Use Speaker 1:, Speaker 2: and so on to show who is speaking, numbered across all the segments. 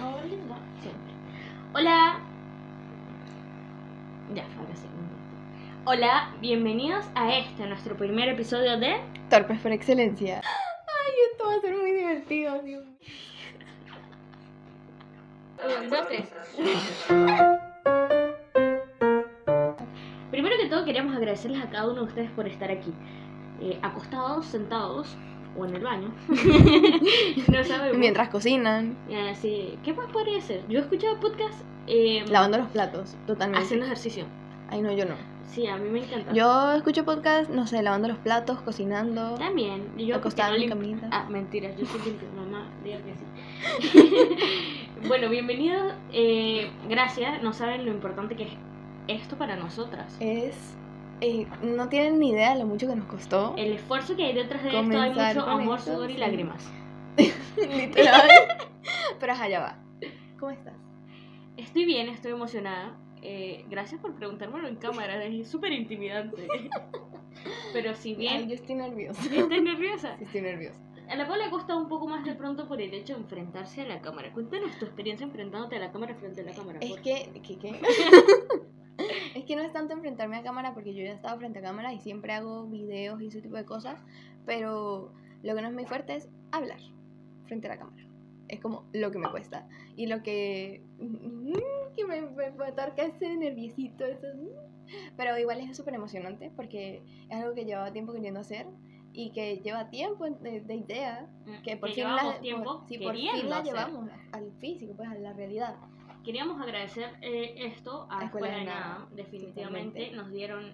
Speaker 1: hablando siempre. Hola. Ya, ahora sí. Hola, bienvenidos a este, nuestro primer episodio de...
Speaker 2: Torpes por excelencia.
Speaker 1: Ay, esto va a ser muy divertido, Dios mío. Un, dos, tres. Primero que todo queríamos agradecerles a cada uno de ustedes por estar aquí. Eh, acostados, sentados o en el baño. no sabemos.
Speaker 2: Mientras cocinan,
Speaker 1: Y así, ¿Qué más podría ser? Yo he escuchado podcasts eh,
Speaker 2: lavando los platos, totalmente.
Speaker 1: haciendo ejercicio.
Speaker 2: Ay, no, yo no.
Speaker 1: Sí, a mí me encanta.
Speaker 2: Yo escucho podcast, no sé, lavando los platos, cocinando,
Speaker 1: También. Ah, Yo porque
Speaker 2: acostada
Speaker 1: no
Speaker 2: en mi
Speaker 1: lim-
Speaker 2: camita.
Speaker 1: Ah, mentiras, yo soy limpia, mamá, diga que sí. bueno, bienvenidos. eh, gracias, no saben lo importante que es esto para nosotras.
Speaker 2: Es. eh, no tienen ni idea de lo mucho que nos costó.
Speaker 1: El esfuerzo que hay detrás de esto hay
Speaker 2: Comenzar
Speaker 1: mucho
Speaker 2: con
Speaker 1: amor,
Speaker 2: esto,
Speaker 1: sudor y
Speaker 2: sí.
Speaker 1: lágrimas.
Speaker 2: Literal. Pero allá va. ¿Cómo estás?
Speaker 1: Estoy bien, estoy emocionada. Eh, gracias por preguntármelo en cámara, es súper intimidante. Pero si
Speaker 2: Ay,
Speaker 1: bien
Speaker 2: yo estoy nerviosa.
Speaker 1: estás nerviosa,
Speaker 2: Sí, estoy nerviosa.
Speaker 1: a la cual le ha costado un poco más de pronto por el hecho de enfrentarse a la cámara. Cuéntanos tu experiencia enfrentándote a la cámara frente a la cámara.
Speaker 2: Es
Speaker 1: por
Speaker 2: que. ¿qué, qué? es que no es tanto enfrentarme a cámara porque yo ya he estado frente a cámara y siempre hago videos y ese tipo de cosas. Pero lo que no es muy fuerte es hablar frente a la cámara. Es como lo que me cuesta. Y lo que. que me, me, me atorca ese nerviosito. eso. Pero igual es súper emocionante porque es algo que llevaba tiempo queriendo hacer y que lleva tiempo de, de idea.
Speaker 1: Mm,
Speaker 2: Que por fin
Speaker 1: llevamos
Speaker 2: la,
Speaker 1: tiempo
Speaker 2: por- sí, por fin
Speaker 1: queriendo
Speaker 2: la
Speaker 1: hacer.
Speaker 2: llevamos al físico, pues a la realidad.
Speaker 1: Queríamos agradecer eh, esto a
Speaker 2: A
Speaker 1: Escuela,
Speaker 2: Escuela
Speaker 1: de
Speaker 2: de
Speaker 1: Nada.
Speaker 2: Nada,
Speaker 1: Definitivamente
Speaker 2: totalmente.
Speaker 1: nos dieron.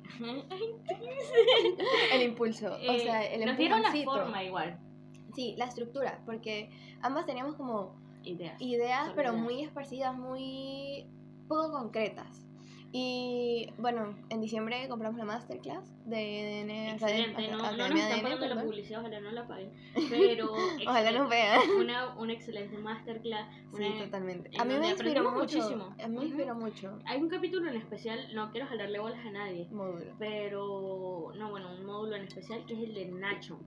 Speaker 2: El impulso, o
Speaker 1: eh,
Speaker 2: sea, el
Speaker 1: nos dieron la
Speaker 2: empujoncito.
Speaker 1: forma igual.
Speaker 2: Sí, la estructura, porque ambas teníamos como
Speaker 1: Ideas.
Speaker 2: ideas,
Speaker 1: Son
Speaker 2: pero
Speaker 1: ideas.
Speaker 2: muy esparcidas, muy poco concretas. Y bueno, en diciembre compramos la masterclass de ADN,
Speaker 1: Excelente,
Speaker 2: Academia-
Speaker 1: no, no nos
Speaker 2: Academia
Speaker 1: están
Speaker 2: ADN,
Speaker 1: pagando la
Speaker 2: perdón.
Speaker 1: publicidad, ojalá no la paguen. Pero
Speaker 2: Ojalá
Speaker 1: excelente,
Speaker 2: nos vean.
Speaker 1: una, una excelente masterclass.
Speaker 2: Sí,
Speaker 1: una-
Speaker 2: totalmente.
Speaker 1: en
Speaker 2: A mí
Speaker 1: donde
Speaker 2: me inspiró
Speaker 1: aprendimos
Speaker 2: mucho.
Speaker 1: muchísimo.
Speaker 2: A mí me
Speaker 1: Ujú.
Speaker 2: inspiró mucho.
Speaker 1: Hay un capítulo en especial, no quiero jalarle bolas a nadie,
Speaker 2: Módulo.
Speaker 1: pero no, bueno, un módulo en especial que es el de Nacho,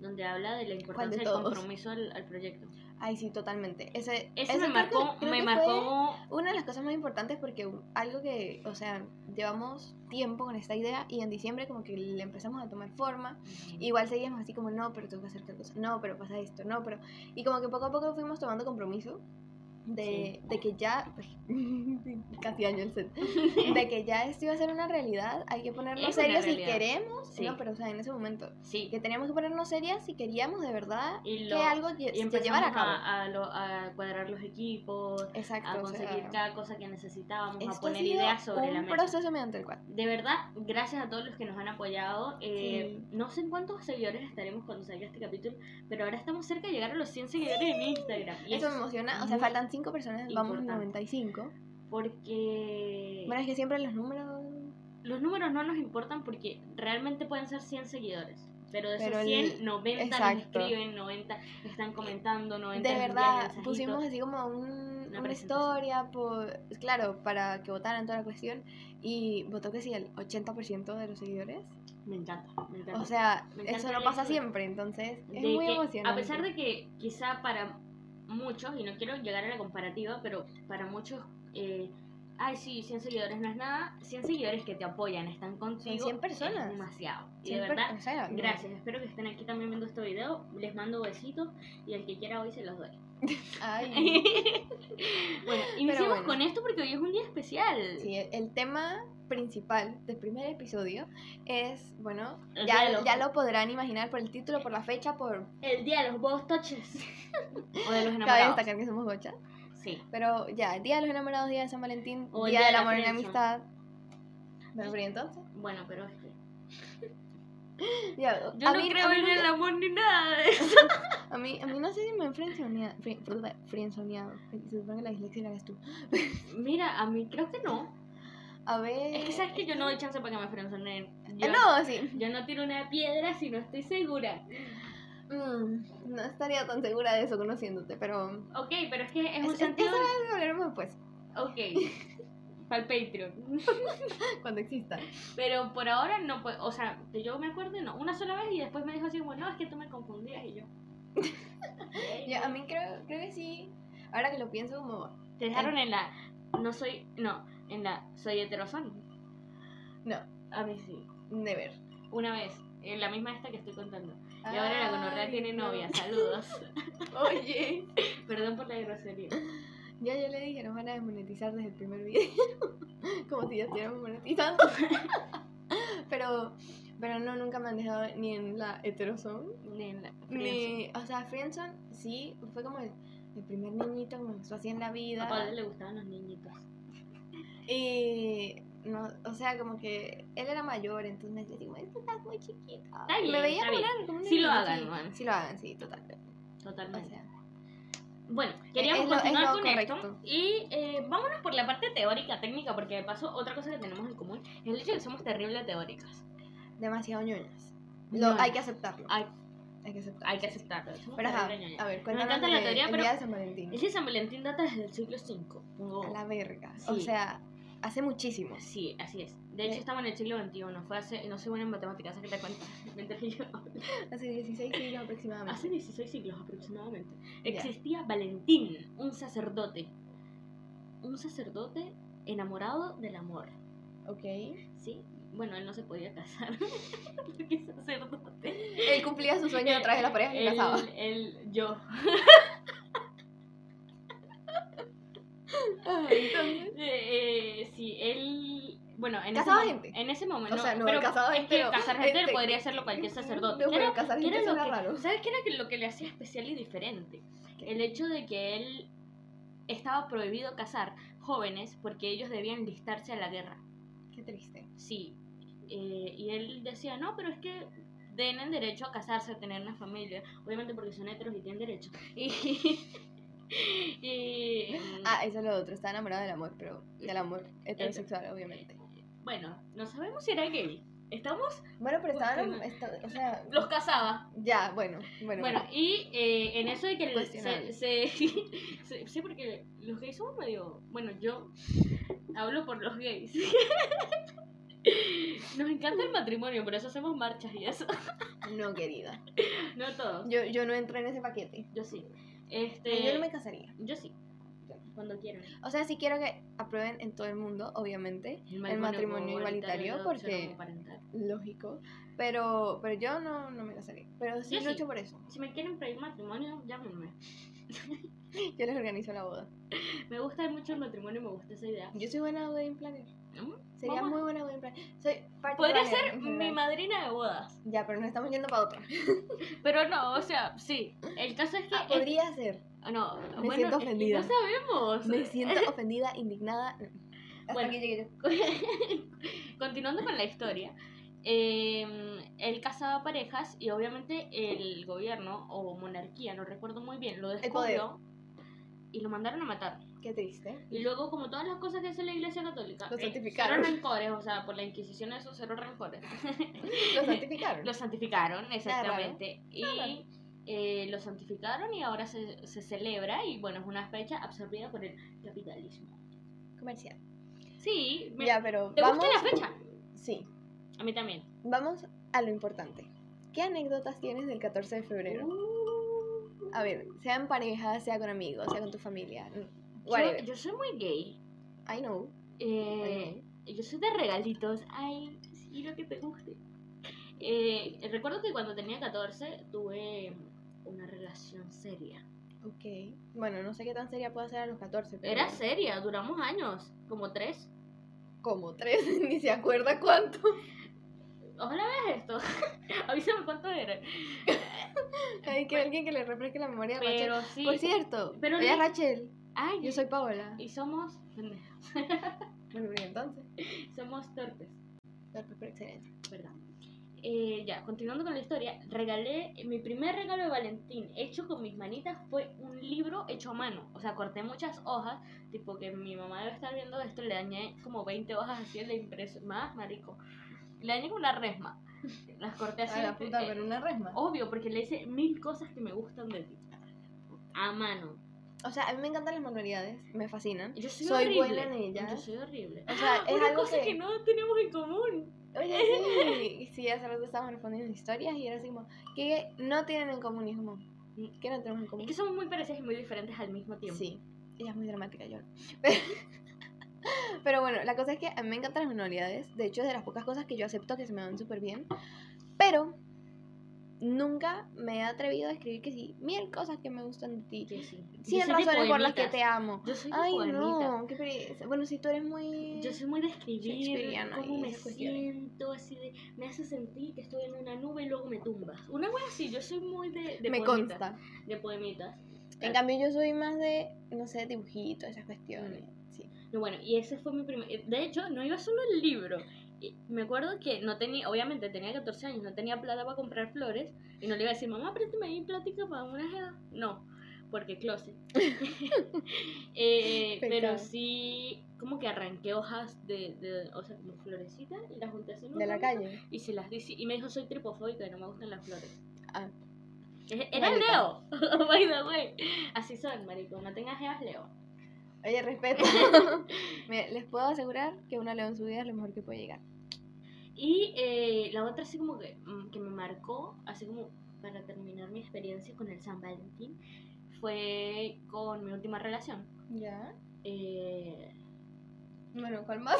Speaker 1: donde habla de la importancia del
Speaker 2: todos?
Speaker 1: compromiso al, al proyecto.
Speaker 2: Ay, sí, totalmente. Ese, ese
Speaker 1: Ese me
Speaker 2: creo
Speaker 1: marcó,
Speaker 2: que- creo
Speaker 1: me
Speaker 2: que
Speaker 1: marcó
Speaker 2: fue- Una de las cosas más importantes porque u- algo que, o sea, llevamos tiempo con esta idea y en diciembre como que le empezamos a tomar forma. Igual seguíamos así como, no, pero tengo que hacer tal cosa, no, pero pasa esto, no, pero... Y como que poco a poco fuimos tomando compromiso de, de que ya... pues, casi año el set. De que ya esto iba a ser una realidad, hay que ponernos
Speaker 1: Es una
Speaker 2: serias si
Speaker 1: realidad.
Speaker 2: queremos.
Speaker 1: Sí.
Speaker 2: No, pero o sea, en ese momento.
Speaker 1: Sí,
Speaker 2: Que teníamos que ponernos serias si queríamos de verdad
Speaker 1: Y
Speaker 2: que
Speaker 1: lo-
Speaker 2: algo lle-
Speaker 1: y
Speaker 2: se
Speaker 1: empezamos
Speaker 2: llevara a cabo.
Speaker 1: a, a lo- a cuadrar los equipos,
Speaker 2: Exacto.
Speaker 1: a
Speaker 2: o sea,
Speaker 1: conseguir cada cosa que necestábamos, a
Speaker 2: esto ha
Speaker 1: poner
Speaker 2: sido
Speaker 1: ideas sobre
Speaker 2: un
Speaker 1: la mesa.
Speaker 2: proceso mediante el cual
Speaker 1: De verdad, gracias a todos los que nos han apoyado. Eh, No sé en cuántos seguidores estaremos cuando salga este capítulo, pero ahora estamos cerca de llegar a los 100 seguidores en Instagram. Y
Speaker 2: Eso
Speaker 1: es
Speaker 2: me emociona, o sea,
Speaker 1: muy
Speaker 2: faltan 5 personas, vamos en
Speaker 1: importante.
Speaker 2: 95.
Speaker 1: Porque
Speaker 2: Bueno, es que siempre los números...
Speaker 1: los números no nos importan porque realmente pueden ser 100 seguidores. Pero de esos
Speaker 2: Pero el-
Speaker 1: 100, 90 nos
Speaker 2: exacto.
Speaker 1: escriben, 90 están comentando, 90
Speaker 2: De
Speaker 1: nos envían
Speaker 2: verdad,
Speaker 1: mensajitos.
Speaker 2: pusimos así como un- una,
Speaker 1: presentación.
Speaker 2: historia, por, claro, para que votaran toda la cuestión. Y votó que sí, el 80% de los seguidores.
Speaker 1: Me encanta, me encanta.
Speaker 2: O sea,
Speaker 1: Me encanta
Speaker 2: eso no
Speaker 1: el
Speaker 2: pasa
Speaker 1: hecho de-
Speaker 2: siempre, entonces es
Speaker 1: de
Speaker 2: muy
Speaker 1: que,
Speaker 2: emocionante.
Speaker 1: A pesar de que quizá para muchos, y no quiero llegar a la comparativa, pero para muchos, eh, ay sí, 100 seguidores no es nada, 100 seguidores que te apoyan, están contigo.
Speaker 2: 100 personas.
Speaker 1: es demasiado. Y de
Speaker 2: Siempre-
Speaker 1: verdad,
Speaker 2: o sea, no.
Speaker 1: gracias. Espero que estén aquí también viendo este video. Les mando besitos y al que quiera hoy se los doy.
Speaker 2: Ay,
Speaker 1: bueno, iniciemos
Speaker 2: bueno.
Speaker 1: con esto porque hoy es un día especial.
Speaker 2: sí, el- el tema principal del primer episodio es, bueno,
Speaker 1: El día de
Speaker 2: ya,
Speaker 1: los-
Speaker 2: ya lo podrán imaginar por el título, por la fecha, por
Speaker 1: El día de los bostoches. o de los
Speaker 2: Cabe
Speaker 1: enamorados.
Speaker 2: destacar que somos gochas.
Speaker 1: Sí.
Speaker 2: Pero ya, Día de los Enamorados, Día de San Valentín,
Speaker 1: O el
Speaker 2: Día,
Speaker 1: Día
Speaker 2: del
Speaker 1: de la
Speaker 2: Amor y la
Speaker 1: Friendzone.
Speaker 2: Amistad. Bueno, pero ¿y entonces?
Speaker 1: Bueno, pero es que.
Speaker 2: Ya,
Speaker 1: Yo
Speaker 2: a
Speaker 1: no
Speaker 2: mí-
Speaker 1: creo
Speaker 2: a mí
Speaker 1: en el
Speaker 2: nunca-
Speaker 1: amor ni nada de eso.
Speaker 2: A mí, a mí no sé si me han friendzoneado. fri- fri- Friendzoneado. Se supone que la dislexia la hagas tú.
Speaker 1: Mira, a mí creo que no.
Speaker 2: A ver.
Speaker 1: Es que sabes que yo no doy chance para que me frenzoneen.
Speaker 2: Ah,
Speaker 1: Yo,
Speaker 2: No, sí.
Speaker 1: yo no tiro una piedra si no estoy segura.
Speaker 2: Mm, no estaría tan segura de eso conociéndote, pero.
Speaker 1: Ok, pero es que es,
Speaker 2: Es-
Speaker 1: un
Speaker 2: es-
Speaker 1: sentido.
Speaker 2: eso lo hablaremos después,
Speaker 1: Ok. Para el Patreon.
Speaker 2: cuando exista.
Speaker 1: Pero por ahora no puedo. O sea, que yo me acuerdo, no. Una sola vez y después me dijo así, bueno, no, es que tú me confundías y yo.
Speaker 2: Ya, a mí creo, creo que sí. Ahora que lo pienso, como
Speaker 1: Te dejaron en la. No soy. No, en la. Soy heterosón.
Speaker 2: No,
Speaker 1: A mí sí.
Speaker 2: never.
Speaker 1: Una vez. En la misma esta que estoy contando. Y ahora la gonorrea
Speaker 2: Ay,
Speaker 1: tiene
Speaker 2: no.
Speaker 1: novia. Saludos.
Speaker 2: Oye.
Speaker 1: Perdón por la grosería.
Speaker 2: Ya yo le dije, nos van a desmonetizar desde el primer video. Como si ya estuviéramos monetizando. pero, pero no, nunca me han dejado ni en la heterozone.
Speaker 1: Ni en la-
Speaker 2: Ni, o sea, Friendzone sí, fue como el, el primer niñito que me gustó así en la
Speaker 1: A
Speaker 2: vida.
Speaker 1: Pablo le gustaban los niñitos.
Speaker 2: Y, no, o sea, como que él era mayor, entonces le digo, es que estás muy chiquita.
Speaker 1: Está bien,
Speaker 2: me veía
Speaker 1: está bien.
Speaker 2: llorar como un
Speaker 1: Sí lo
Speaker 2: niño,
Speaker 1: hagan,
Speaker 2: sí.
Speaker 1: man.
Speaker 2: Sí lo hagan, sí, total. O
Speaker 1: Totalmente.
Speaker 2: sea,
Speaker 1: Bueno, queríamos
Speaker 2: es lo- es
Speaker 1: continuar
Speaker 2: lo
Speaker 1: con esto.
Speaker 2: correcto.
Speaker 1: Y eh, vámonos por la parte teórica, técnica, porque de paso, otra cosa que tenemos en común es el hecho de que somos terribles teóricas.
Speaker 2: demasiado ñoñas. Lo,
Speaker 1: Ñoñas.
Speaker 2: hay que aceptarlo.
Speaker 1: Hay,
Speaker 2: Hay que aceptarlo.
Speaker 1: hay que
Speaker 2: sí, sí.
Speaker 1: aceptarlo. somos
Speaker 2: Pero ajá,
Speaker 1: terribles ñoñas.
Speaker 2: a ver,
Speaker 1: Me
Speaker 2: cuéntanos
Speaker 1: encanta la
Speaker 2: de-
Speaker 1: teoría,
Speaker 2: el
Speaker 1: pero
Speaker 2: día de San Valentín.
Speaker 1: ese San Valentín data desde el siglo V. Pongo-
Speaker 2: A la verga. O
Speaker 1: Sí.
Speaker 2: sea, hace muchísimo.
Speaker 1: Sí, así es. De hecho,
Speaker 2: Eh.
Speaker 1: estamos en el siglo XXI. Fue hace, no soy buena en matemáticas, así que te cuento. Mientras yo-
Speaker 2: Hace 16 siglos aproximadamente.
Speaker 1: Hace 16 siglos aproximadamente.
Speaker 2: Ya.
Speaker 1: Existía Valentín, un sacerdote. Un sacerdote enamorado del amor.
Speaker 2: Ok.
Speaker 1: Sí, bueno, él no se podía casar porque es sacerdote.
Speaker 2: Él cumplía su sueño de traer a la pareja y
Speaker 1: Él-
Speaker 2: casaba.
Speaker 1: él- yo.
Speaker 2: Entonces,
Speaker 1: Eh, eh, sí, él. Bueno, en,
Speaker 2: Casaba
Speaker 1: ese, mo-
Speaker 2: gente.
Speaker 1: en ese momento.
Speaker 2: O sea, no,
Speaker 1: pero
Speaker 2: casaba
Speaker 1: es
Speaker 2: gente,
Speaker 1: que
Speaker 2: no.
Speaker 1: casar gente
Speaker 2: Este-
Speaker 1: podría hacerlo cualquier sacerdote.
Speaker 2: No,
Speaker 1: ¿Qué era-
Speaker 2: pero casar
Speaker 1: qué era
Speaker 2: gente
Speaker 1: lo
Speaker 2: suena
Speaker 1: que-
Speaker 2: raro.
Speaker 1: ¿Sabes qué era que- lo que le hacía especial y diferente?
Speaker 2: ¿Qué?
Speaker 1: El hecho de que él estaba prohibido casar jóvenes porque ellos debían listarse a la guerra.
Speaker 2: Qué triste.
Speaker 1: Sí. eh, y él decía, no, pero es que tienen derecho a casarse, a tener una familia. Obviamente porque son heteros y tienen derecho. Y. y, mm,
Speaker 2: Ah, eso es lo otro. Está enamorado del amor, pero del amor heterosexual, obviamente.
Speaker 1: Bueno, no sabemos si era gay. Estamos.
Speaker 2: Bueno, pero estaban.
Speaker 1: Cuestiona-
Speaker 2: esta- o sea,
Speaker 1: Los casaba.
Speaker 2: ya, bueno, bueno.
Speaker 1: Bueno, y eh, en eso de que el- se,
Speaker 2: Cuestionable.
Speaker 1: se, se- Sí, porque los gays somos medio. Bueno, yo hablo por los gays. Nos encanta el matrimonio, por eso hacemos marchas y eso.
Speaker 2: No, querida.
Speaker 1: No todos.
Speaker 2: Yo, yo no entro en ese paquete.
Speaker 1: Yo sí. Este,
Speaker 2: Yo no me casaría.
Speaker 1: yo sí. Cuando quieran.
Speaker 2: O sea, sí quiero que aprueben en todo el mundo, obviamente. El matrimonio igualitario,
Speaker 1: la adopción
Speaker 2: porque-
Speaker 1: homoparental.
Speaker 2: Lógico. Pero, pero yo no, no me casaría. Pero sí
Speaker 1: Yo sí.
Speaker 2: lucho por eso.
Speaker 1: Si me quieren pedir matrimonio, llámenme.
Speaker 2: Yo les organizo la boda.
Speaker 1: Me gusta mucho el matrimonio, me gusta esa idea.
Speaker 2: Yo soy buena wedding planner.
Speaker 1: Mm,
Speaker 2: Sería
Speaker 1: vamos a-
Speaker 2: muy buena wedding planner. Soy party
Speaker 1: Podría
Speaker 2: planner,
Speaker 1: ser
Speaker 2: en
Speaker 1: mi
Speaker 2: general.
Speaker 1: madrina de bodas.
Speaker 2: Ya, pero nos estamos yendo para otra.
Speaker 1: Pero no, o sea, sí. El caso es que.
Speaker 2: Ah, podría ser.
Speaker 1: Ah, No,
Speaker 2: Me
Speaker 1: bueno,
Speaker 2: siento
Speaker 1: es que
Speaker 2: ofendida.
Speaker 1: No sabemos.
Speaker 2: Me siento ofendida, indignada. Hasta
Speaker 1: Bueno.
Speaker 2: aquí llegué yo.
Speaker 1: Continuando con la historia, eh, él casaba parejas y obviamente el gobierno o monarquía, no recuerdo muy bien, lo
Speaker 2: poder.
Speaker 1: descubrió y lo mandaron a matar.
Speaker 2: Qué triste.
Speaker 1: Y luego, como todas las cosas que hace la iglesia católica,
Speaker 2: Lo
Speaker 1: eh,
Speaker 2: santificaron.
Speaker 1: cero rencores, o sea, por la inquisición esos cero rencores.
Speaker 2: Lo santificaron.
Speaker 1: eh, Lo santificaron, exactamente.
Speaker 2: raro.
Speaker 1: Y eh, lo santificaron y ahora se, se celebra y bueno, es una fecha absorbida por el capitalismo.
Speaker 2: Comercial.
Speaker 1: Sí, me-
Speaker 2: Ya, pero
Speaker 1: ¿te
Speaker 2: vamos.
Speaker 1: gusta la fecha?
Speaker 2: Sí.
Speaker 1: A mí también.
Speaker 2: Vamos a lo importante. ¿Qué anécdotas tienes del 14 de febrero?
Speaker 1: Uh.
Speaker 2: A ver, sea en pareja, sea con amigos, sea con tu familia. mm,
Speaker 1: Yo,
Speaker 2: Whatever.
Speaker 1: yo soy muy gay.
Speaker 2: I know.
Speaker 1: Eh, yo soy de regalitos. Ay, sí, lo que te guste. Eh, recuerdo que cuando tenía 14 tuve una relación seria.
Speaker 2: Ok. Bueno, no sé qué tan seria puede ser a los 14, pero.
Speaker 1: Era seria, duramos años, como tres.
Speaker 2: Como tres, ni se acuerda cuánto.
Speaker 1: Ojalá veas esto. Avísame cuánto era.
Speaker 2: Hay que alguien que le refresque la memoria a Rachel.
Speaker 1: Pero Pues sí.
Speaker 2: Por cierto,
Speaker 1: Pero
Speaker 2: ella es
Speaker 1: le-
Speaker 2: Rachel.
Speaker 1: Ay,
Speaker 2: Yo soy Paola.
Speaker 1: Y somos.
Speaker 2: Bueno, pero entonces.
Speaker 1: Somos torpes,
Speaker 2: Torpe por excelencia.
Speaker 1: ¿verdad? Eh, ya, continuando con la historia, regalé. eh, Mi primer regalo de Valentín hecho con mis manitas fue un libro hecho a mano. O sea, corté muchas hojas, tipo que mi mamá debe estar viendo esto. Le dañé como 20 hojas así en la impresión. Más, marico. Le dañé con una resma. Las corté así.
Speaker 2: A la puta,
Speaker 1: eh,
Speaker 2: pero una resma.
Speaker 1: Obvio, porque le hice mil cosas que me gustan de ti. A mano.
Speaker 2: O sea, a mí me encantan las manualidades, me fascinan.
Speaker 1: Yo soy,
Speaker 2: Soy
Speaker 1: horrible.
Speaker 2: buena en ellas.
Speaker 1: Yo soy horrible.
Speaker 2: O sea, es
Speaker 1: Ah, Una
Speaker 2: algo
Speaker 1: cosa
Speaker 2: que-
Speaker 1: que no tenemos en común.
Speaker 2: Oye, sí, sí, hace rato estábamos respondiendo historias y era así como, ¿qué no tienen en común? Y es como, ¿qué no tenemos en
Speaker 1: Es
Speaker 2: común?
Speaker 1: que somos muy parecidas y muy diferentes al mismo tiempo.
Speaker 2: Sí, Ella es muy dramática, yo. no. Pero, pero bueno, la cosa es que a mí me encantan las manualidades. De hecho, es de las pocas cosas que yo acepto que se me dan súper bien. Pero nunca me he atrevido a escribir que sí, mil cosas que me gustan de ti.
Speaker 1: Yo sí. Yo
Speaker 2: Cien
Speaker 1: soy de
Speaker 2: razones por las que
Speaker 1: poemitas.
Speaker 2: te amo.
Speaker 1: Yo soy de
Speaker 2: Ay,
Speaker 1: poemitas.
Speaker 2: no, qué pereza. Bueno, si tú eres muy.
Speaker 1: Yo soy muy de escribir
Speaker 2: Shakespeareana
Speaker 1: cómo
Speaker 2: y
Speaker 1: me
Speaker 2: esas cuestiones.
Speaker 1: siento, así de, me hace sentir que estoy en una nube y luego me tumbas. Una wea así, yo soy muy de, de
Speaker 2: me
Speaker 1: poemitas.
Speaker 2: consta.
Speaker 1: De poemitas.
Speaker 2: En cambio, yo soy más de, no sé, dibujitos, esas cuestiones.
Speaker 1: Mm.
Speaker 2: Sí.
Speaker 1: No, bueno, y ese fue mi primer... eh, De hecho, no iba solo el libro. Y me acuerdo que no tenía, obviamente tenía 14 años, no tenía plata para comprar flores. Y no le iba a decir, mamá, préstame ahí plática para una jeda. No, porque closet. Eh, pero
Speaker 2: Pecado.
Speaker 1: sí, como que arranqué hojas de, de- o sea, como florecitas y las junté así en un
Speaker 2: De la
Speaker 1: ramo.
Speaker 2: calle.
Speaker 1: Y se las dice, y me dijo soy tripofóbica y no me gustan las flores.
Speaker 2: Ah.
Speaker 1: E- Era
Speaker 2: Maldita.
Speaker 1: Leo, by the way. Así son, marico, no tengas geas Leo.
Speaker 2: Oye, respeto. Me- les puedo asegurar que una león subida es lo mejor que puede llegar.
Speaker 1: Y eh, la otra así como que, mm, que me marcó, así como para terminar mi experiencia con el San Valentín, fue con mi última relación.
Speaker 2: Ya.
Speaker 1: Eh,
Speaker 2: Bueno, ¿cuál más?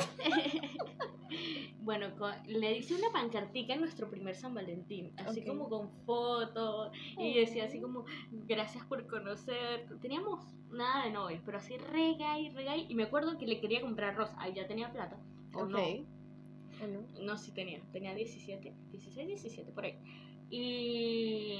Speaker 1: bueno, co- le hice una pancartica en nuestro primer San Valentín, así
Speaker 2: Ok.
Speaker 1: como con fotos, y
Speaker 2: Ay.
Speaker 1: decía así como, gracias por conocer. Teníamos nada de novios, pero así regay, regay, y me acuerdo que le quería comprar rosa, ahí ya tenía plata, o
Speaker 2: Ok.
Speaker 1: no,
Speaker 2: ¿O no?
Speaker 1: no, sí tenía, tenía 17, 16, 17, por ahí. Y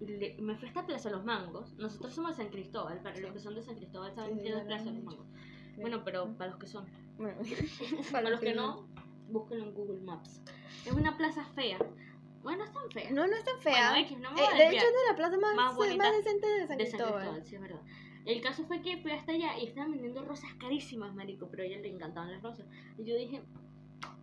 Speaker 1: le- me fui hasta Plaza Los Mangos. Nosotros somos de San Cristóbal, para los que son de San Cristóbal saben
Speaker 2: Sí,
Speaker 1: que
Speaker 2: ya
Speaker 1: es
Speaker 2: lo
Speaker 1: Plaza
Speaker 2: hemos
Speaker 1: Los
Speaker 2: dicho.
Speaker 1: Mangos. Bueno, pero para los que son.
Speaker 2: Bueno,
Speaker 1: Para los que no, búsquenlo en Google Maps. Es una plaza fea. Bueno, es tan fea.
Speaker 2: Eh, No, no es tan
Speaker 1: Bueno,
Speaker 2: fea.
Speaker 1: X, no me voy
Speaker 2: Eh,
Speaker 1: a
Speaker 2: de
Speaker 1: desviar.
Speaker 2: hecho, es de la plaza más,
Speaker 1: Más
Speaker 2: más,
Speaker 1: bonita
Speaker 2: decente de San
Speaker 1: de San
Speaker 2: Cristóbal.
Speaker 1: Cristóbal, sí, es verdad. El caso fue que fui hasta allá y estaban vendiendo rosas carísimas, marico, pero a ella le encantaban las rosas. Y yo dije,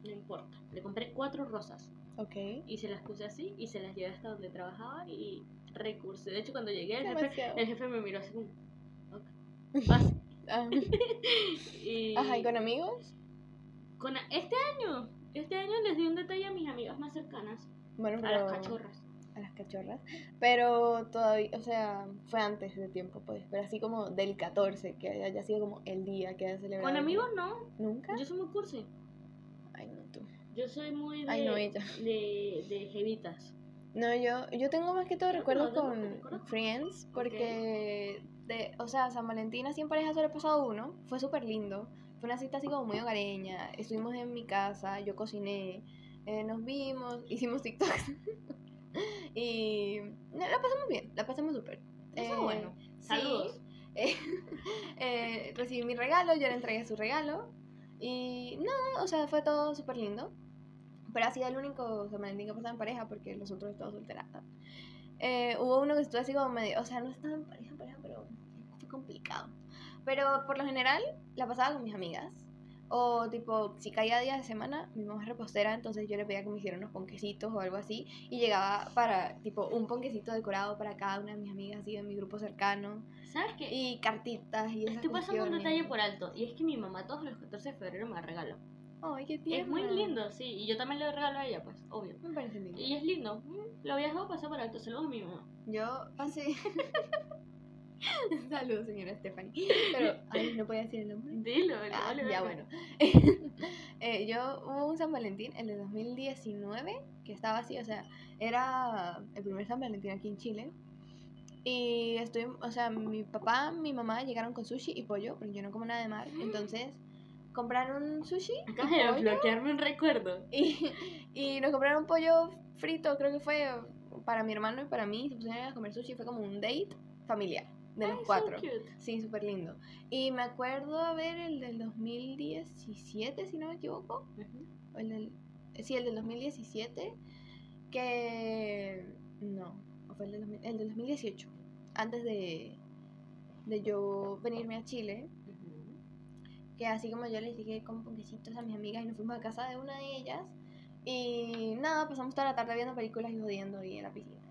Speaker 1: no importa. Le compré cuatro rosas.
Speaker 2: Ok.
Speaker 1: y se las puse así y se las llevé hasta donde trabajaba y recursé. De hecho, cuando llegué, el jefe,
Speaker 2: Demasiado.
Speaker 1: el jefe me miró así como, "Ok, pasa".
Speaker 2: Ah,
Speaker 1: Y
Speaker 2: Ajá, ¿y con amigos?
Speaker 1: con a- este año, este año les di un detalle a mis amigas más cercanas,
Speaker 2: Bueno,
Speaker 1: a
Speaker 2: pero...
Speaker 1: las cachorras.
Speaker 2: a las cachorras. Pero todavía, o sea, fue antes de tiempo, pues. Pero así como del 14, que haya sido como el día que haya celebrado.
Speaker 1: Con
Speaker 2: el
Speaker 1: amigos no,
Speaker 2: día. ¿Nunca?
Speaker 1: yo soy muy cursi.
Speaker 2: Ay, no, tú.
Speaker 1: Yo soy muy de,
Speaker 2: Ay, no, eh. ella.
Speaker 1: de, de jevitas.
Speaker 2: No, yo, yo tengo más que todo
Speaker 1: Creo que
Speaker 2: recuerdos
Speaker 1: no, tengo
Speaker 2: con
Speaker 1: que recuerdo.
Speaker 2: Friends, porque, de, o sea, San Valentín así en pareja solo he pasado uno, fue súper lindo, fue una cita así como muy hogareña, estuvimos en mi casa, yo cociné, eh, nos vimos, hicimos TikToks, y no, la pasamos bien, la pasamos súper.
Speaker 1: Eso
Speaker 2: Eh,
Speaker 1: es bueno.
Speaker 2: sí,
Speaker 1: Saludos.
Speaker 2: eh, eh, recibí mi regalo, yo le entregué su regalo. Y no, o sea, fue todo súper lindo. Pero ha sido el único San Valentín que pasaba en pareja porque los otros estaban solteras. Eh, hubo uno que estuvo así como medio, o sea, no estaba en pareja, en pareja, pero fue complicado. Pero por lo general la pasaba con mis amigas. O tipo, si caía día de semana, mi mamá es repostera, entonces yo le pedía que me hicieran unos ponquecitos o algo así. Y llegaba para, tipo, un ponquecito decorado para cada una de mis amigas, así de mi grupo cercano.
Speaker 1: ¿Sabes qué?
Speaker 2: Y eh. cartitas y esas
Speaker 1: Estoy pasando un
Speaker 2: cuestiones.
Speaker 1: detalle por alto, y es que mi mamá todos los 14 de febrero me da regalo.
Speaker 2: Ay, qué
Speaker 1: Es muy
Speaker 2: tierno.
Speaker 1: lindo, sí, y yo también le doy regalo a ella, pues, obvio.
Speaker 2: Me parece lindo.
Speaker 1: Y es lindo. Mm, Lo había dejado pasar por alto. Saludos a mi mamá.
Speaker 2: Yo pasé... Saludos, señora Stephanie. Pero, ay, no podía decir el nombre.
Speaker 1: Dilo,
Speaker 2: Ah,
Speaker 1: dale,
Speaker 2: ya
Speaker 1: dale.
Speaker 2: bueno. Eh, yo hubo un San Valentín, el de 2019, que estaba así, o sea, era el primer San Valentín aquí en Chile. Y estoy, o sea, mi papá, mi mamá llegaron con sushi y pollo, porque yo no como nada de mar. Entonces, compraron sushi
Speaker 1: Acabas de
Speaker 2: ¿Pollo?
Speaker 1: desbloquearme un recuerdo.
Speaker 2: Y, y nos compraron pollo frito, creo que fue para mi hermano y para mí. Se pusieron a comer sushi, fue como un date familiar de los
Speaker 1: Ay, so
Speaker 2: cuatro.
Speaker 1: cute.
Speaker 2: Sí, súper lindo. Y me acuerdo a ver el del 2017, si no me equivoco.
Speaker 1: Ujú.
Speaker 2: o el del- eh, sí, el del 2017. Que. No, o fue el del, 2000 el del 2018. Antes de, de yo venirme a Chile
Speaker 1: Ujú.
Speaker 2: que así como yo les dije con ponquecitos a mis amigas y nos fuimos a casa de una de ellas y nada, pasamos toda la tarde viendo películas y jodiendo y en la piscina.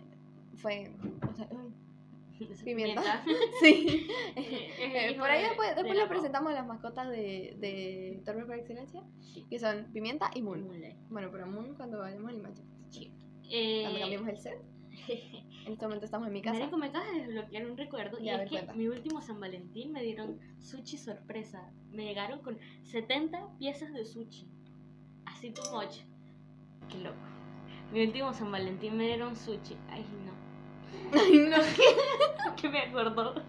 Speaker 2: Fue, o sea, ay,
Speaker 1: Esa
Speaker 2: Pimienta.
Speaker 1: pimienta.
Speaker 2: sí.
Speaker 1: Eh, es
Speaker 2: Eh,
Speaker 1: hijo
Speaker 2: por ahí
Speaker 1: de-
Speaker 2: después,
Speaker 1: de
Speaker 2: después
Speaker 1: la
Speaker 2: les
Speaker 1: Pau.
Speaker 2: presentamos a las mascotas de, de Torbe por excelencia,
Speaker 1: Sí.
Speaker 2: que son Pimienta y Moon.
Speaker 1: Moonlight.
Speaker 2: Bueno, pero Moon cuando vayamos al Limache.
Speaker 1: Sí.
Speaker 2: Cuando
Speaker 1: Eh,
Speaker 2: cambiemos el set. En este momento estamos en mi casa.
Speaker 1: Marico, me acabas de desbloquear un recuerdo. y
Speaker 2: Ya, a
Speaker 1: es
Speaker 2: ver,
Speaker 1: que
Speaker 2: cuenta.
Speaker 1: mi último San Valentín me dieron sushi sorpresa. Me llegaron con 70 piezas de sushi. Así too much. Qué loco. Mi último San Valentín me dieron sushi. Ay, no.
Speaker 2: Ay, no.
Speaker 1: Que me acordó.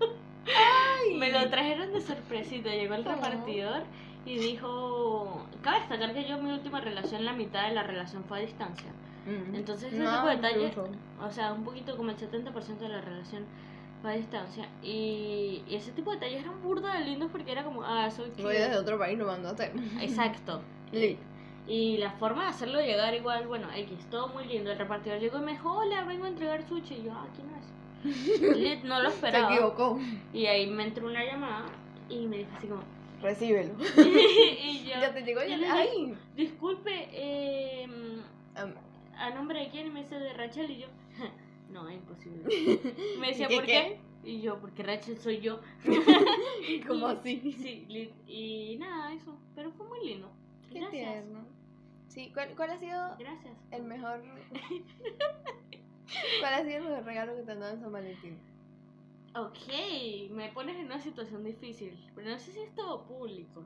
Speaker 1: Me lo trajeron de sorpresita. Llegó el
Speaker 2: Ah.
Speaker 1: repartidor y dijo. Cabe destacar que yo, mi última relación, la mitad de la relación fue a distancia.
Speaker 2: Mm.
Speaker 1: Entonces, ese tipo de detalle-
Speaker 2: incluso.
Speaker 1: O sea, un poquito como el 70% de la relación fue a distancia. Y, y ese tipo de detalles eran burda de lindos porque era como, ah, soy
Speaker 2: Voy
Speaker 1: cute.
Speaker 2: desde otro país robándote.
Speaker 1: Exacto.
Speaker 2: Lit.
Speaker 1: Y la forma de hacerlo llegar igual, bueno, X, todo muy lindo. El repartidor llegó y me dijo, hola, vengo a entregar sushi. Y yo, ah, ¿quién es? Lit, no lo
Speaker 2: Se
Speaker 1: esperaba.
Speaker 2: equivocó.
Speaker 1: Y ahí me entró una llamada y me dijo así como,
Speaker 2: Recíbelo.
Speaker 1: y yo,
Speaker 2: Ya te llegó ya.
Speaker 1: Y le-
Speaker 2: Ay.
Speaker 1: disculpe, eh,
Speaker 2: Am,
Speaker 1: ¿a nombre de quién? Y me dice, de Rachel. Y yo, no, es imposible. Me decía,
Speaker 2: ¿Qué,
Speaker 1: ¿por
Speaker 2: qué?
Speaker 1: qué? Y yo, porque Rachel soy yo.
Speaker 2: ¿Cómo
Speaker 1: Y-
Speaker 2: así?
Speaker 1: Sí, li- y nada, eso. Pero fue muy lindo.
Speaker 2: Qué
Speaker 1: Gracias.
Speaker 2: tierno. Sí, ¿cuál, cuál ha sido
Speaker 1: Gracias.
Speaker 2: el mejor. ¿Cuál ha sido el mejor regalo que te han dado en San Valentín?
Speaker 1: Ok, me pones en una situación difícil. Pero no sé si es todo público.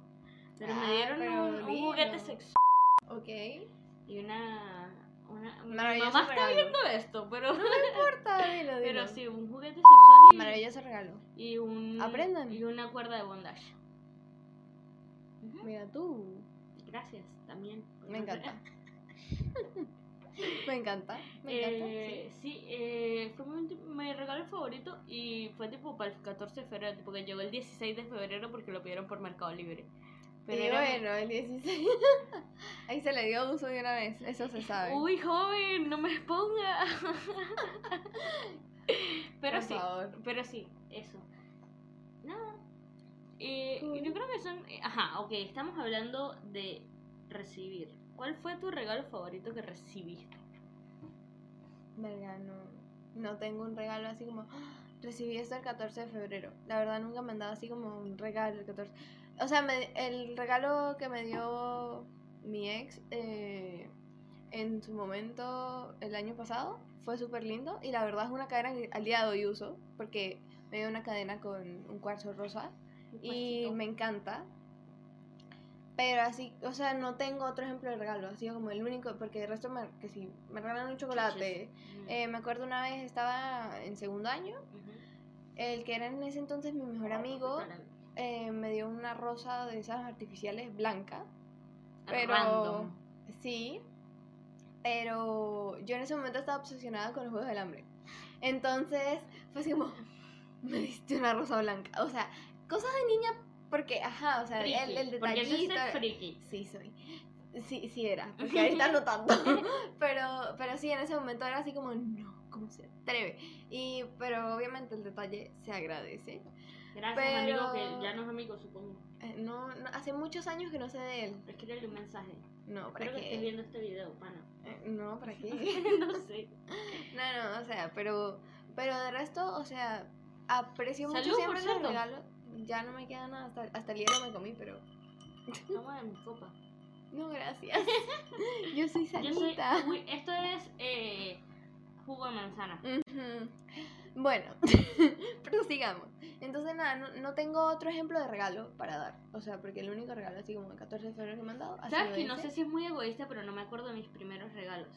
Speaker 1: Pero
Speaker 2: Ah,
Speaker 1: me dieron
Speaker 2: pero
Speaker 1: un, un juguete
Speaker 2: dilo.
Speaker 1: sexual
Speaker 2: Ok. No
Speaker 1: y una. una mi
Speaker 2: Maravilloso
Speaker 1: mamá está
Speaker 2: regalo.
Speaker 1: viendo esto, pero,
Speaker 2: importa, dilo, dilo.
Speaker 1: pero sí, un juguete sexual y,
Speaker 2: Maravilloso regalo.
Speaker 1: y un.
Speaker 2: Aprendan.
Speaker 1: Y una cuerda de bondage. Ujú.
Speaker 2: Mira tú.
Speaker 1: Gracias, también.
Speaker 2: Me encanta. Me encanta. Me encanta.
Speaker 1: Eh, sí, eh, fue mi, ulti- mi regalo favorito y fue tipo para el 14 de febrero, tipo que llegó el 16 de febrero porque lo pidieron por Mercado Libre. Pero
Speaker 2: y
Speaker 1: era-
Speaker 2: bueno, el 16. Ahí se le dio uso de una vez, eso se sabe.
Speaker 1: Uy, joven, no me exponga. pero
Speaker 2: Por
Speaker 1: sí,
Speaker 2: favor.
Speaker 1: pero sí, eso. Nada. Eh,
Speaker 2: Cool.
Speaker 1: yo creo que son... Ajá, ok, estamos hablando de recibir. ¿Cuál fue tu regalo favorito que recibiste?
Speaker 2: Verga, no, no tengo un regalo así como. "Ah, Recibí esto el 14 de febrero. La verdad, nunca me han dado así como un regalo el 14. O sea, me- el regalo que me dio mi ex eh, en su momento el año pasado fue súper lindo. Y la verdad, es una cadena que al día de hoy uso porque me dio una cadena con un cuarzo rosa. y
Speaker 1: Pues, Puestito.
Speaker 2: me encanta. Pero así, o sea, no tengo otro ejemplo de regalo, así como el único, porque el resto me, que sí, me regalan un chocolate.
Speaker 1: Chuches. Mm,
Speaker 2: Eh, me acuerdo una vez estaba en segundo año,
Speaker 1: Ujú.
Speaker 2: el que era en ese entonces mi mejor amigo eh, me dio una rosa de esas artificiales blanca. Pero
Speaker 1: Random.
Speaker 2: sí, pero yo en ese momento estaba obsesionada con los juegos del hambre. Entonces fue así como, me diste una rosa blanca. O sea, cosas de niña, porque, ajá, o sea,
Speaker 1: Friki,
Speaker 2: el, el
Speaker 1: Porque eso es
Speaker 2: detallito.
Speaker 1: ser friki.
Speaker 2: Sí, soy. Sí, sí era, porque ahorita no tanto. Pero, pero sí, en ese momento era así como, no, ¿cómo se atreve? Y, pero obviamente el detalle se agradece.
Speaker 1: Gracias,
Speaker 2: Pero-
Speaker 1: amigo, que ya no es amigo, supongo.
Speaker 2: Eh, No, no, hace muchos años que no sé de él.
Speaker 1: Escríbele un mensaje.
Speaker 2: No, ¿para
Speaker 1: Espero que estés
Speaker 2: qué?
Speaker 1: viendo este video, pana.
Speaker 2: Eh, No, ¿para qué?
Speaker 1: no sé.
Speaker 2: No, no, o sea, pero, pero de resto, o sea, aprecio mucho
Speaker 1: Salud, por
Speaker 2: siempre los
Speaker 1: cierto.
Speaker 2: regalos. Ya no me queda nada, hasta, hasta el hielo me comí, pero
Speaker 1: Toma de mi copa.
Speaker 2: no, gracias. Yo soy
Speaker 1: Yo soy.
Speaker 2: sanita.
Speaker 1: Uy, esto es eh, jugo de manzana.
Speaker 2: Ujú. Bueno, pero sigamos. Entonces, nada, no, no tengo otro ejemplo de regalo para dar. O sea, porque el único regalo así como el 14 de febrero que me han dado. ha
Speaker 1: Sabes
Speaker 2: sido
Speaker 1: que no
Speaker 2: ese.
Speaker 1: sé si es muy egoísta, pero no me acuerdo de mis primeros regalos.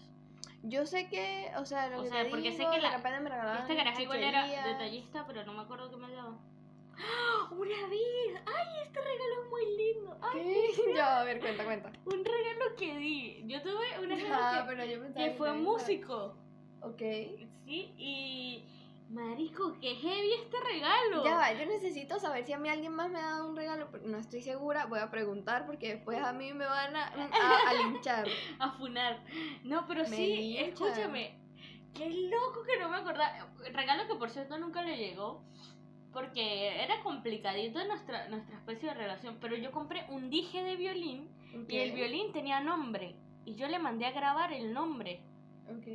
Speaker 2: Yo sé que, o sea, lo
Speaker 1: O
Speaker 2: que
Speaker 1: sea,
Speaker 2: te
Speaker 1: porque sé
Speaker 2: digo,
Speaker 1: que
Speaker 2: de
Speaker 1: la-
Speaker 2: repente me regalaban
Speaker 1: Esta caraja igual Este era
Speaker 2: chucherías.
Speaker 1: detallista, pero no me acuerdo qué me daba. ¡Ah! ¡Una vez! ¡Ay, este regalo es muy lindo! ¡Ay,
Speaker 2: ¿Qué? Ya, a ver, cuenta, cuenta.
Speaker 1: un regalo que di! Yo tuve un regalo
Speaker 2: Ah,
Speaker 1: que,
Speaker 2: pero yo
Speaker 1: que
Speaker 2: pensaba
Speaker 1: fue
Speaker 2: también-
Speaker 1: músico.
Speaker 2: Ok.
Speaker 1: Sí, y. Marico, qué heavy este regalo.
Speaker 2: Ya va, yo necesito saber si a mí alguien más me ha dado un regalo. porque No estoy segura, voy a preguntar porque después a mí me van a, a, a linchar.
Speaker 1: A funar. No, pero
Speaker 2: Me
Speaker 1: sí,
Speaker 2: linchan.
Speaker 1: escúchame. Qué loco que no me acordaba. Regalo que por cierto nunca le llegó. Porque era complicadito nuestra, nuestra especie de relación. Pero yo compré un dije de violín y el violín tenía nombre. Y yo le mandé a grabar el nombre.
Speaker 2: Ok.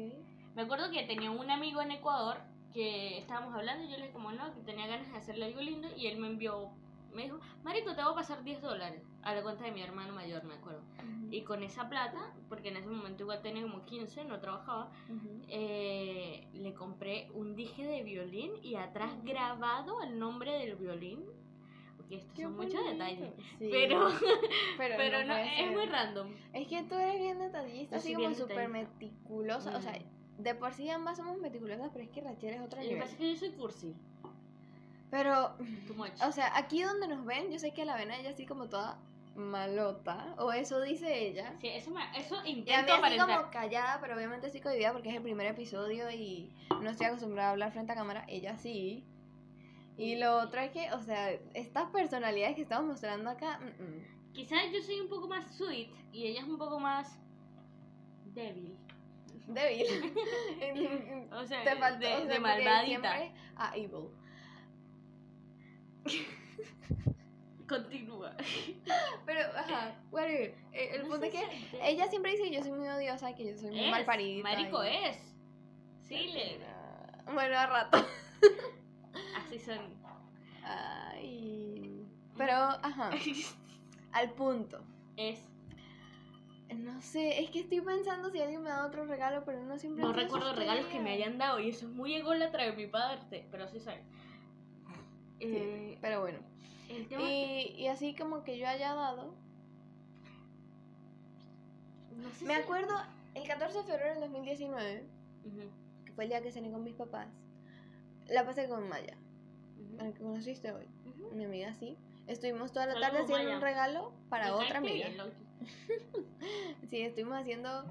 Speaker 1: Me acuerdo que tenía un amigo en Ecuador que estábamos hablando y yo le dije como no, que tenía ganas de hacerle algo lindo y él me envió me dijo, Marico, te voy a pasar 10 dólares a la cuenta de mi hermano mayor, me acuerdo. Y con esa plata, porque en ese momento igual tenía como 15, no trabajaba,
Speaker 2: Ujú.
Speaker 1: eh, le compré un dije de violín y atrás grabado el nombre del violín. Porque estos
Speaker 2: Qué
Speaker 1: son muchos
Speaker 2: bonito.
Speaker 1: detalles.
Speaker 2: Sí.
Speaker 1: Pero,
Speaker 2: pero,
Speaker 1: pero
Speaker 2: no
Speaker 1: no,
Speaker 2: puede
Speaker 1: es
Speaker 2: ser.
Speaker 1: muy random.
Speaker 2: Es que tú eres bien detallista,
Speaker 1: Yo
Speaker 2: así
Speaker 1: soy
Speaker 2: como
Speaker 1: bien
Speaker 2: súper
Speaker 1: detallista. Mm.
Speaker 2: meticulosa. O sea, de por sí ambas somos meticulosas, pero es que Rachel es otra
Speaker 1: Lo que pasa
Speaker 2: nivel.
Speaker 1: es que yo soy cursi.
Speaker 2: Pero,
Speaker 1: Too much.
Speaker 2: o sea, aquí donde nos ven, yo sé que la ven a ella así como toda malota, o eso dice ella.
Speaker 1: Sí, eso, me- eso
Speaker 2: Y a mí
Speaker 1: intento
Speaker 2: así
Speaker 1: aparentar.
Speaker 2: como callada, pero obviamente sí cohibida porque es el primer episodio y no estoy acostumbrada a hablar frente a cámara, ella sí. Y lo otro es que, o sea, estas personalidades que estamos mostrando acá, mm, mm.
Speaker 1: Quizás yo soy un poco más sweet y ella es un poco más débil.
Speaker 2: débil. Mm, mm,
Speaker 1: O sea,
Speaker 2: Te faltó,
Speaker 1: de,
Speaker 2: o sea,
Speaker 1: de
Speaker 2: porque
Speaker 1: malvadita.
Speaker 2: siempre a evil.
Speaker 1: Continúa.
Speaker 2: Pero, ajá, whatever. Eh, El
Speaker 1: No
Speaker 2: punto es
Speaker 1: sé
Speaker 2: que
Speaker 1: si-
Speaker 2: ella siempre dice que yo soy muy odiosa, que yo soy muy
Speaker 1: es,
Speaker 2: malparida.
Speaker 1: Marico
Speaker 2: y-
Speaker 1: es. Sí, le.
Speaker 2: Bueno, a rato.
Speaker 1: Así son.
Speaker 2: Ay. Pero, ajá, al punto.
Speaker 1: es.
Speaker 2: No sé, es que estoy pensando si alguien me da otro regalo, pero uno siempre.
Speaker 1: No
Speaker 2: tiene sus
Speaker 1: recuerdo regalos que me
Speaker 2: teorías.
Speaker 1: hayan dado y eso es muy ególatra de mi parte, pero sí saben. Eh,
Speaker 2: Pero bueno.
Speaker 1: el tema
Speaker 2: Y, y así como que yo haya dado.
Speaker 1: no sé
Speaker 2: Me
Speaker 1: si-
Speaker 2: acuerdo el 14 de febrero del 2019,
Speaker 1: Ujú,
Speaker 2: que fue el día que salí con mis papás. La pasé con Maya,
Speaker 1: ujú,
Speaker 2: a la que conociste hoy.
Speaker 1: ujú.
Speaker 2: mi amiga sí. Estuvimos toda la
Speaker 1: Saludos,
Speaker 2: tarde haciendo
Speaker 1: Maya.
Speaker 2: un regalo para
Speaker 1: Me
Speaker 2: otra
Speaker 1: caíste
Speaker 2: amiga.
Speaker 1: bien, Loki.
Speaker 2: Sí, estuvimos haciendo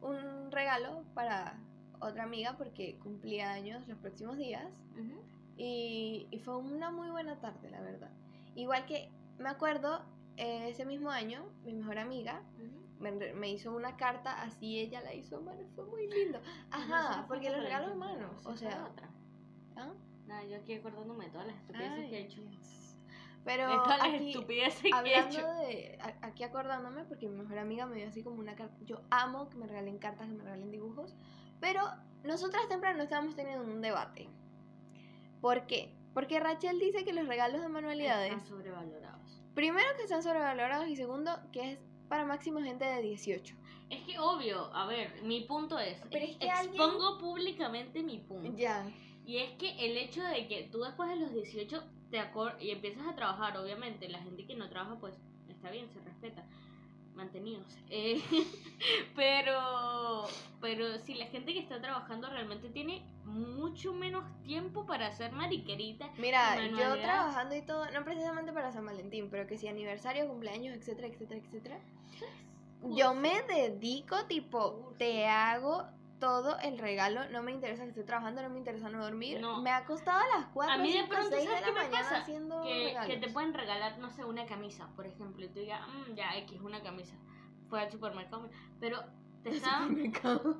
Speaker 2: un regalo para otra amiga porque cumplía años los próximos días.
Speaker 1: Ujú.
Speaker 2: Y, y fue una muy buena tarde, la verdad. Igual que me acuerdo, eh, ese mismo año, mi mejor amiga
Speaker 1: Ujú.
Speaker 2: me, re- me hizo una carta, así ella la hizo a mano, fue muy lindo.
Speaker 1: Eso
Speaker 2: Ajá,
Speaker 1: no
Speaker 2: porque
Speaker 1: cuenta
Speaker 2: los
Speaker 1: para
Speaker 2: regalos
Speaker 1: ningún
Speaker 2: humanos,
Speaker 1: lado,
Speaker 2: o
Speaker 1: eso es para
Speaker 2: sea,
Speaker 1: otra.
Speaker 2: ¿ah?
Speaker 1: Nada, yo aquí acordándome de todas las estupideces
Speaker 2: Ay,
Speaker 1: que he hecho.
Speaker 2: Dios. Pero
Speaker 1: de todas las
Speaker 2: aquí-
Speaker 1: estupideces que he hecho.
Speaker 2: Hablando de, a- aquí acordándome, porque mi mejor amiga me dio así como una carta, yo amo que me regalen cartas, que me regalen dibujos, pero nosotras temprano estábamos teniendo un debate. ¿Por qué? Porque Rachel dice que los regalos de manualidades,
Speaker 1: Están sobrevalorados.
Speaker 2: primero que están sobrevalorados y segundo que es para máximo gente de 18.
Speaker 1: Es que obvio, a ver, mi punto es,
Speaker 2: Pero es que alguien-
Speaker 1: expongo públicamente mi punto.
Speaker 2: Ya.
Speaker 1: Y es que el hecho de que tú después de los 18 te acor y empiezas a trabajar, obviamente, la gente que no trabaja, pues está bien, se respeta. Mantenidos. Eh, pero, pero si la gente que está trabajando realmente tiene mucho menos tiempo para hacer mariqueritas,
Speaker 2: Mira,
Speaker 1: Y
Speaker 2: yo
Speaker 1: manualidades.
Speaker 2: trabajando y todo, no precisamente para San Valentín, pero que si aniversario, cumpleaños, etcétera, etcétera, etcétera. Yo
Speaker 1: cursi.
Speaker 2: me dedico, tipo,
Speaker 1: Cursi.
Speaker 2: te hago todo el regalo, no me interesa que esté trabajando, no me interesa no dormir.
Speaker 1: No.
Speaker 2: Me ha costado a las 4
Speaker 1: A mí de pronto,
Speaker 2: de
Speaker 1: ¿sabes
Speaker 2: la
Speaker 1: qué me
Speaker 2: mañana
Speaker 1: pasa?
Speaker 2: haciendo
Speaker 1: que, que
Speaker 2: regalos.
Speaker 1: te pueden regalar, no sé, una camisa, por ejemplo, y tú digas, "Mm, ya, X, una camisa. Fue al supermercado, pero te estaban
Speaker 2: Supermercado.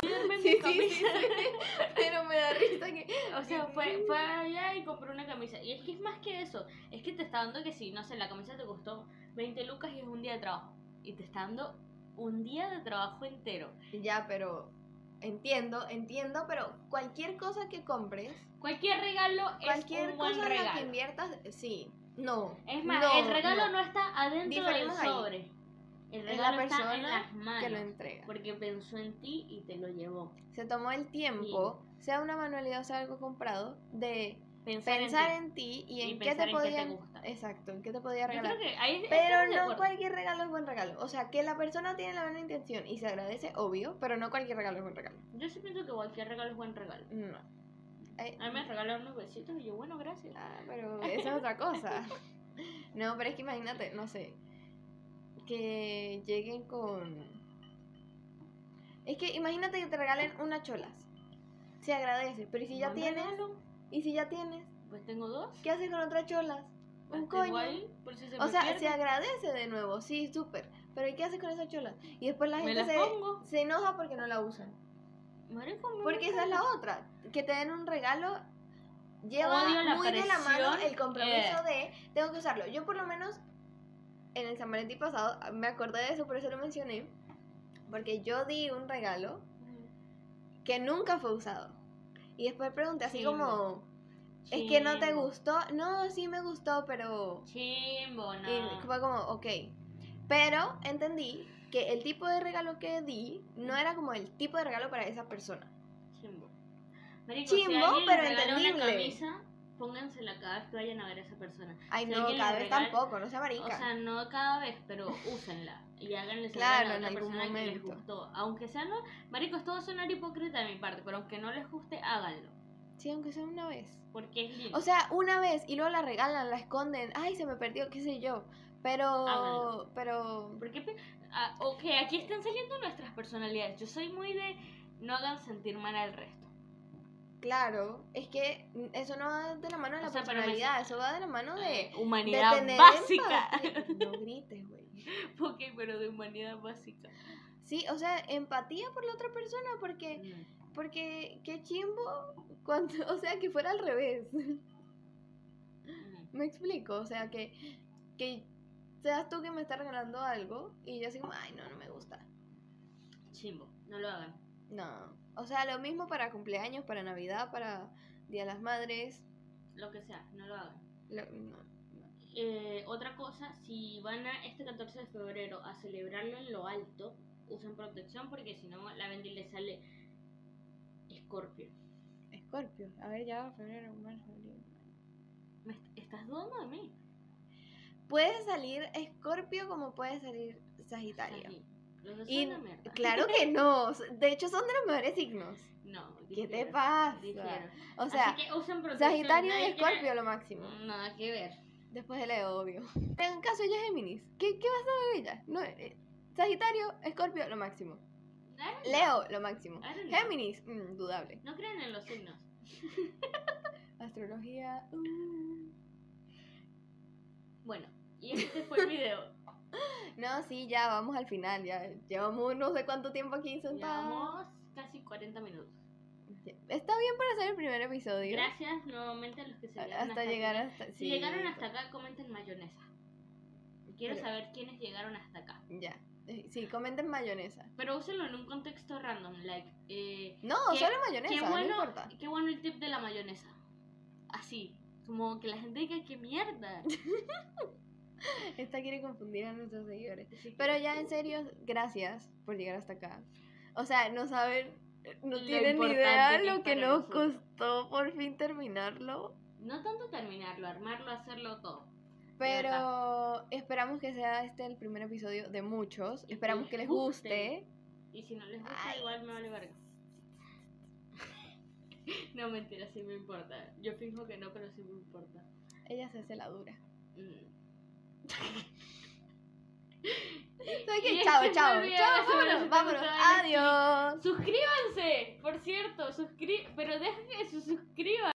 Speaker 1: vendiendo
Speaker 2: Sí, sí, sí,
Speaker 1: camisa.
Speaker 2: sí. Pero me da risa que.
Speaker 1: O sea, fue, fue allá y compró una camisa. Y es que es más que eso. Es que te está dando que si, no sé, la camisa te costó 20 lucas y es un día de trabajo. Y te está dando un día de trabajo entero.
Speaker 2: Ya, pero. Entiendo, entiendo, pero cualquier cosa que compres,
Speaker 1: Cualquier regalo
Speaker 2: cualquier
Speaker 1: es un buen
Speaker 2: cosa en la que
Speaker 1: regalo.
Speaker 2: inviertas, sí. No.
Speaker 1: es más,
Speaker 2: no,
Speaker 1: el regalo no, está adentro del
Speaker 2: Diferimos ahí.
Speaker 1: sobre. El
Speaker 2: Es
Speaker 1: regalo
Speaker 2: la
Speaker 1: está en
Speaker 2: persona
Speaker 1: las
Speaker 2: que lo
Speaker 1: manos.
Speaker 2: entrega.
Speaker 1: Porque pensó en ti y te lo llevó.
Speaker 2: Se tomó el tiempo, sea una manualidad o sea algo comprado, de
Speaker 1: Pensar,
Speaker 2: pensar
Speaker 1: en ti.
Speaker 2: en ti y
Speaker 1: Y
Speaker 2: en qué
Speaker 1: pensar
Speaker 2: te
Speaker 1: en qué te
Speaker 2: podían
Speaker 1: gusta.
Speaker 2: exacto en qué te podía
Speaker 1: Yo creo
Speaker 2: regalar
Speaker 1: que ahí estamos
Speaker 2: pero
Speaker 1: de
Speaker 2: no
Speaker 1: acuerdo.
Speaker 2: cualquier regalo es buen regalo o sea que la persona tiene la buena intención y se agradece obvio pero no cualquier regalo es buen regalo
Speaker 1: Yo sí pienso que cualquier regalo es buen regalo.
Speaker 2: no Eh, Ay,
Speaker 1: A mí me regalaron unos besitos y yo, bueno, gracias.
Speaker 2: ah, pero eso es otra cosa no pero es que imagínate no sé que lleguen con es que imagínate que te regalen unas cholas se agradece pero y si ya
Speaker 1: Buen
Speaker 2: tienes
Speaker 1: regalo.
Speaker 2: y si ya tienes
Speaker 1: Pues tengo dos.
Speaker 2: qué haces con otras cholas un
Speaker 1: Las tengo
Speaker 2: coño
Speaker 1: ahí, por si Ah, se
Speaker 2: O
Speaker 1: me
Speaker 2: sea,
Speaker 1: pierden.
Speaker 2: se agradece de nuevo, sí, súper. Pero ¿y qué haces con esa chola? Y después la
Speaker 1: me
Speaker 2: gente
Speaker 1: las
Speaker 2: se,
Speaker 1: pongo.
Speaker 2: se enoja porque no la usan.
Speaker 1: Marico, me
Speaker 2: Porque esa es la otra. Que te den un regalo lleva
Speaker 1: Odio la
Speaker 2: muy de la mano
Speaker 1: presión,
Speaker 2: el compromiso de tengo que usarlo. Yo por lo menos en el San Valentín pasado me acordé de eso, por eso lo mencioné. Porque yo di un regalo que nunca fue usado. Y después pregunté así
Speaker 1: Sí,
Speaker 2: como, Es que no te
Speaker 1: Chimbo.
Speaker 2: gustó. No, sí me gustó, pero.
Speaker 1: Chimbo, no.
Speaker 2: y fue como, ok. Pero entendí que el tipo de regalo que di no era como el tipo de regalo para esa persona.
Speaker 1: Chimbo. Marico, si
Speaker 2: Chimbo,
Speaker 1: alguien
Speaker 2: pero
Speaker 1: les regala una
Speaker 2: entendible.
Speaker 1: camisa, póngansela cada vez que vayan a ver a esa persona.
Speaker 2: Ay,
Speaker 1: Si
Speaker 2: no,
Speaker 1: alguien le
Speaker 2: cada vez
Speaker 1: regala-
Speaker 2: tampoco, no sea marica.
Speaker 1: O sea, no cada vez, pero úsenla. Y háganle saber
Speaker 2: Claro,
Speaker 1: a
Speaker 2: en
Speaker 1: la otra
Speaker 2: algún
Speaker 1: persona que les
Speaker 2: momento.
Speaker 1: gustó. Aunque sea no. Marico, esto va a sonar hipócrita de mi parte, pero aunque no les guste, háganlo.
Speaker 2: Sí, aunque sea una vez.
Speaker 1: Porque es lindo.
Speaker 2: O sea, una vez y luego la regalan, la esconden. Ay, se me perdió, qué sé yo. Pero.
Speaker 1: Háganlo.
Speaker 2: Pero.
Speaker 1: Porque, pe- ah, ok, aquí están saliendo nuestras personalidades. Yo soy muy de no hagan sentir mal al resto.
Speaker 2: Claro, es que eso no va de la mano de la
Speaker 1: O sea, pero me-
Speaker 2: personalidad, eso va de la mano de.
Speaker 1: Eh,
Speaker 2: de
Speaker 1: humanidad
Speaker 2: tener
Speaker 1: básica.
Speaker 2: empatía. No grites, güey.
Speaker 1: Ok, pero de humanidad básica.
Speaker 2: Sí, o sea, empatía por la otra persona, porque. Porque qué chimbo. Cuando, o sea, que fuera al revés.
Speaker 1: Mm,
Speaker 2: Me explico, o sea, que. Que seas tú que me estás regalando algo y yo así como, ay, no, no me gusta.
Speaker 1: Chimbo, no lo hagan.
Speaker 2: No, o sea, lo mismo para cumpleaños, para Navidad, para Día de las Madres.
Speaker 1: Lo que sea, no lo hagan.
Speaker 2: lo- no.
Speaker 1: Eh, otra cosa, si van a este 14 de febrero a celebrarlo en lo alto, usen protección porque si no, la Bendy le sale Scorpio.
Speaker 2: Escorpio, a ver, ya va febrero, marzo, abril.
Speaker 1: ¿Me est- estás dudando de mí?
Speaker 2: Puede salir Escorpio como puede salir Sagitario.
Speaker 1: Así. Los dos
Speaker 2: Y
Speaker 1: son una mierda.
Speaker 2: claro que no, de hecho son de los mejores signos.
Speaker 1: No,
Speaker 2: ¿Qué te
Speaker 1: difiero,
Speaker 2: pasa?
Speaker 1: difiero.
Speaker 2: O sea,
Speaker 1: Así que usen protección.
Speaker 2: Sagitario y
Speaker 1: nadie quiere-
Speaker 2: Escorpio lo máximo.
Speaker 1: Nada que ver.
Speaker 2: Después de Leo, obvio. En caso ella es Géminis, ¿qué, qué vas a ver ella? No, eh, Sagitario, Escorpio lo máximo.
Speaker 1: I don't
Speaker 2: Leo lo máximo.
Speaker 1: know, I don't know.
Speaker 2: Géminis, mm, dudable.
Speaker 1: No crean en los signos.
Speaker 2: Astrología. uh.
Speaker 1: Bueno, y este fue el video.
Speaker 2: No, sí, ya vamos al final, ya llevamos no sé cuánto tiempo aquí sentados.
Speaker 1: Llevamos casi 40 minutos.
Speaker 2: Está bien para hacer el primer episodio.
Speaker 1: Gracias nuevamente a los que se
Speaker 2: A-
Speaker 1: quedaron
Speaker 2: Hasta llegar hasta...
Speaker 1: Si llegaron hasta acá, comenten mayonesa. Quiero
Speaker 2: Pero-
Speaker 1: saber quiénes llegaron hasta acá.
Speaker 2: Ya. Eh, Sí, comenten mayonesa.
Speaker 1: Pero úsenlo en un contexto random, like, eh,
Speaker 2: No,
Speaker 1: Qué-
Speaker 2: solo mayonesa,
Speaker 1: qué
Speaker 2: no
Speaker 1: bueno,
Speaker 2: importa.
Speaker 1: qué bueno el tip de la mayonesa. Así, como que la gente diga, qué mierda.
Speaker 2: Esta quiere confundir a nuestros seguidores. Pero ya en serio, gracias por llegar hasta acá. O sea, no saben, no
Speaker 1: Lo
Speaker 2: tienen ni idea
Speaker 1: importante que es
Speaker 2: lo que
Speaker 1: para
Speaker 2: nos
Speaker 1: nosotros.
Speaker 2: costó por fin terminarlo.
Speaker 1: No tanto terminarlo, armarlo, hacerlo todo.
Speaker 2: Pero esperamos que sea este el primer episodio de muchos.
Speaker 1: Y que
Speaker 2: Esperamos que les
Speaker 1: les
Speaker 2: guste.
Speaker 1: guste. Y si no les gusta,
Speaker 2: Ay.
Speaker 1: igual me vale verga. No, mentira, sí me importa. Yo finjo que no, pero sí me importa.
Speaker 2: Ella se hace la dura.
Speaker 1: Mm.
Speaker 2: Soy
Speaker 1: Y
Speaker 2: que
Speaker 1: este
Speaker 2: chao,
Speaker 1: fue el
Speaker 2: chao,
Speaker 1: video.
Speaker 2: chao,
Speaker 1: Espero
Speaker 2: vámonos,
Speaker 1: que te
Speaker 2: vámonos,
Speaker 1: gustó, Alexi.
Speaker 2: adiós.
Speaker 1: ¡Suscríbanse! Por cierto, suscrí... pero dejen que se suscriban.